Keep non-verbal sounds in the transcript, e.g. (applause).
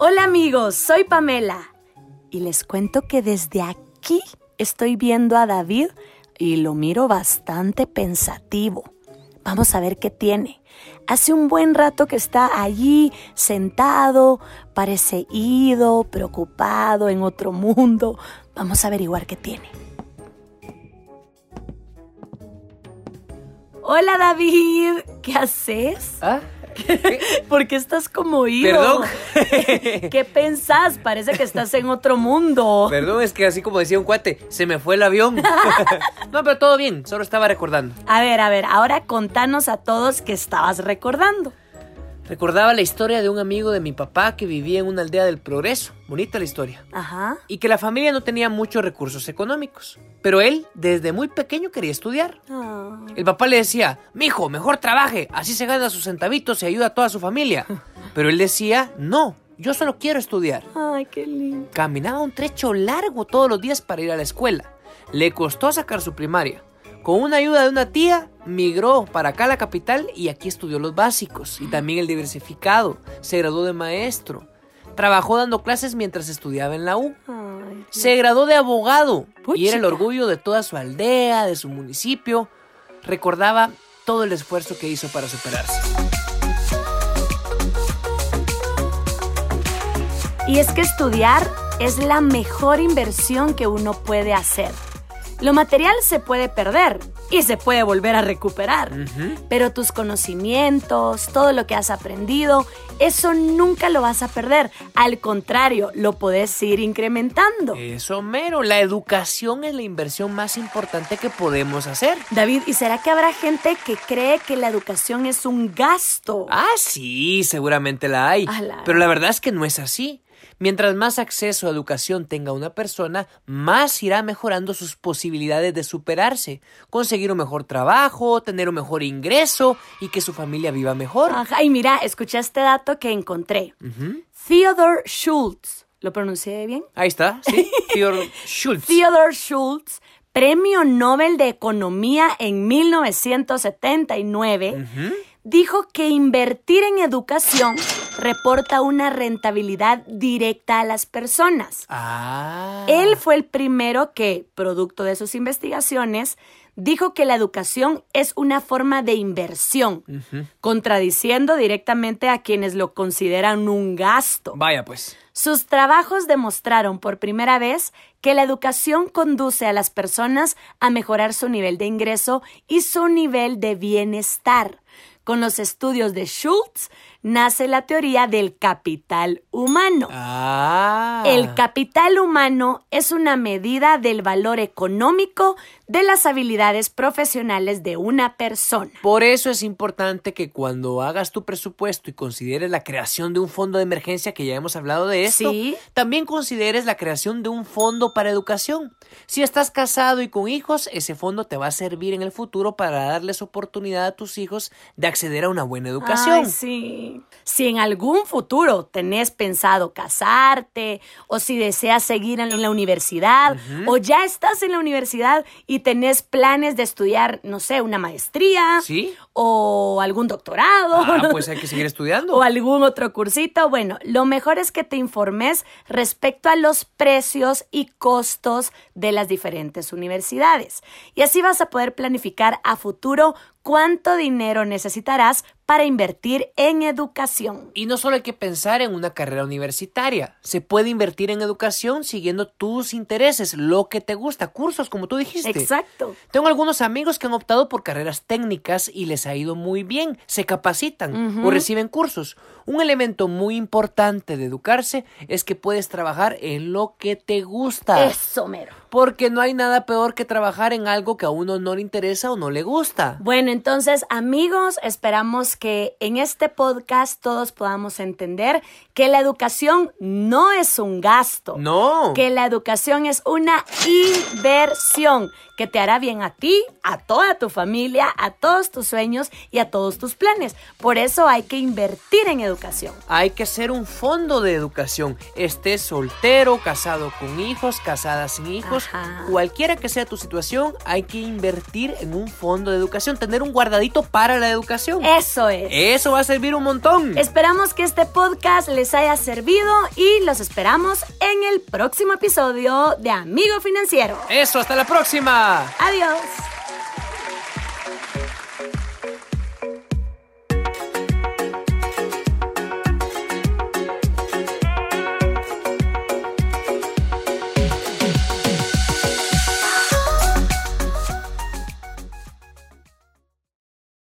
Hola amigos, soy Pamela y les cuento que desde aquí estoy viendo a David y lo miro bastante pensativo. Vamos a ver qué tiene. Hace un buen rato que está allí, sentado, parece ido, preocupado, en otro mundo. Vamos a averiguar qué tiene. Hola David, ¿qué haces? ¿Ah? ¿Por qué estás como ido? Perdón. ¿Qué pensás? Parece que estás en otro mundo. (laughs) Perdón, es que así como decía un cuate, se me fue el (laughs) avión. no, pero todo bien, solo estaba recordando. A ver, a ver, ahora contanos a todos qué estabas recordando. Recordaba la historia de un amigo de mi papá que vivía en una aldea del progreso. Bonita la historia. Ajá. Y que la familia no tenía muchos recursos económicos. Pero él, desde muy pequeño, quería estudiar. Ah. El papá le decía, mijo, mejor trabaje, así se gana sus centavitos y ayuda a toda su (laughs) familia. Pero él decía, no, yo solo quiero estudiar. Ay, qué lindo. Caminaba un trecho largo todos los días para ir a la escuela. Le costó sacar su primaria. Con una ayuda de una tía, migró para acá a la capital y aquí estudió los básicos y también el diversificado. Se graduó de maestro. Trabajó dando clases mientras estudiaba en la U. Ay. Se graduó de abogado y era el Puchica. orgullo de toda su aldea, de su municipio. Recordaba todo el esfuerzo que hizo para superarse. Y es que estudiar es la mejor inversión que uno puede hacer. Lo material se puede perder y se puede volver a recuperar. Ujú. Pero tus conocimientos, todo lo que has aprendido, eso nunca lo vas a perder. Al contrario, lo podés ir incrementando. Eso mero, la educación es la inversión más importante que podemos hacer. David, ¿y será que habrá gente que cree que la educación es un gasto? Ah, sí, seguramente la hay. Ah, la hay. Pero la verdad es que no es así. Mientras más acceso a educación tenga una persona, más irá mejorando sus posibilidades de superarse, conseguir un mejor trabajo, tener un mejor ingreso y que su familia viva mejor. Ajá, y mira, escucha este dato que encontré. Ujú. Theodore Schultz, ¿lo pronuncié bien? Ahí está, (laughs) sí. Theodore Schultz. Theodore Schultz, Premio Nobel de Economía en 1979, dijo que invertir en educación reporta una rentabilidad directa a las personas. Ah. Él fue el primero que, producto de sus investigaciones, dijo que la educación es una forma de inversión, contradiciendo directamente a quienes lo consideran un gasto. Vaya pues. Sus trabajos demostraron por primera vez que la educación conduce a las personas a mejorar su nivel de ingreso y su nivel de bienestar. Con los estudios de Schultz nace la teoría del capital humano. Ah. El capital humano es una medida del valor económico de las habilidades profesionales de una persona. Por eso es importante que cuando hagas tu presupuesto y consideres la creación de un fondo de emergencia, que ya hemos hablado de esto, Sí. también consideres la creación de un fondo para educación. Si estás casado y con hijos, ese fondo te va a servir en el futuro para darles oportunidad a tus hijos de acceder a una buena Ay, educación. sí. Si en algún futuro tenés pensado casarte o si deseas seguir en la universidad o ya estás en la universidad y tenés planes de estudiar, no sé, una maestría ¿Sí? o algún doctorado. Ah, (laughs) ¿no? pues hay que (laughs) seguir estudiando. o algún otro cursito. Bueno, lo mejor es que te informes respecto a los precios y costos de las diferentes universidades. Y así vas a poder planificar a futuro cuánto dinero necesitarás para invertir en educación. Y no solo hay que pensar en una carrera universitaria, se puede invertir en educación siguiendo tus intereses, lo que te gusta, cursos como tú dijiste. Exacto. Tengo algunos amigos que han optado por carreras técnicas y les ha ido muy bien, se capacitan o reciben cursos. Un elemento muy importante de educarse es que puedes trabajar en lo que te gusta. Eso, mero. Porque no hay nada peor que trabajar en algo que a uno no le interesa o no le gusta. Bueno, entonces amigos, esperamos que en este podcast todos podamos entender que la educación no es un gasto. No. que la educación es una inversión que te hará bien a ti, a toda tu familia, a todos tus sueños y a todos tus planes. Por eso hay que invertir en educación. Hay que hacer un fondo de educación. Estés soltero, casado con hijos, casada sin hijos, chicos, Ajá. cualquiera que sea tu situación, hay que invertir en un fondo de educación, tener un guardadito para la educación. Eso es. Eso va a servir un montón. Esperamos que este podcast les haya servido y los esperamos en el próximo episodio de Amigo Financiero. Eso, hasta la próxima. Adiós.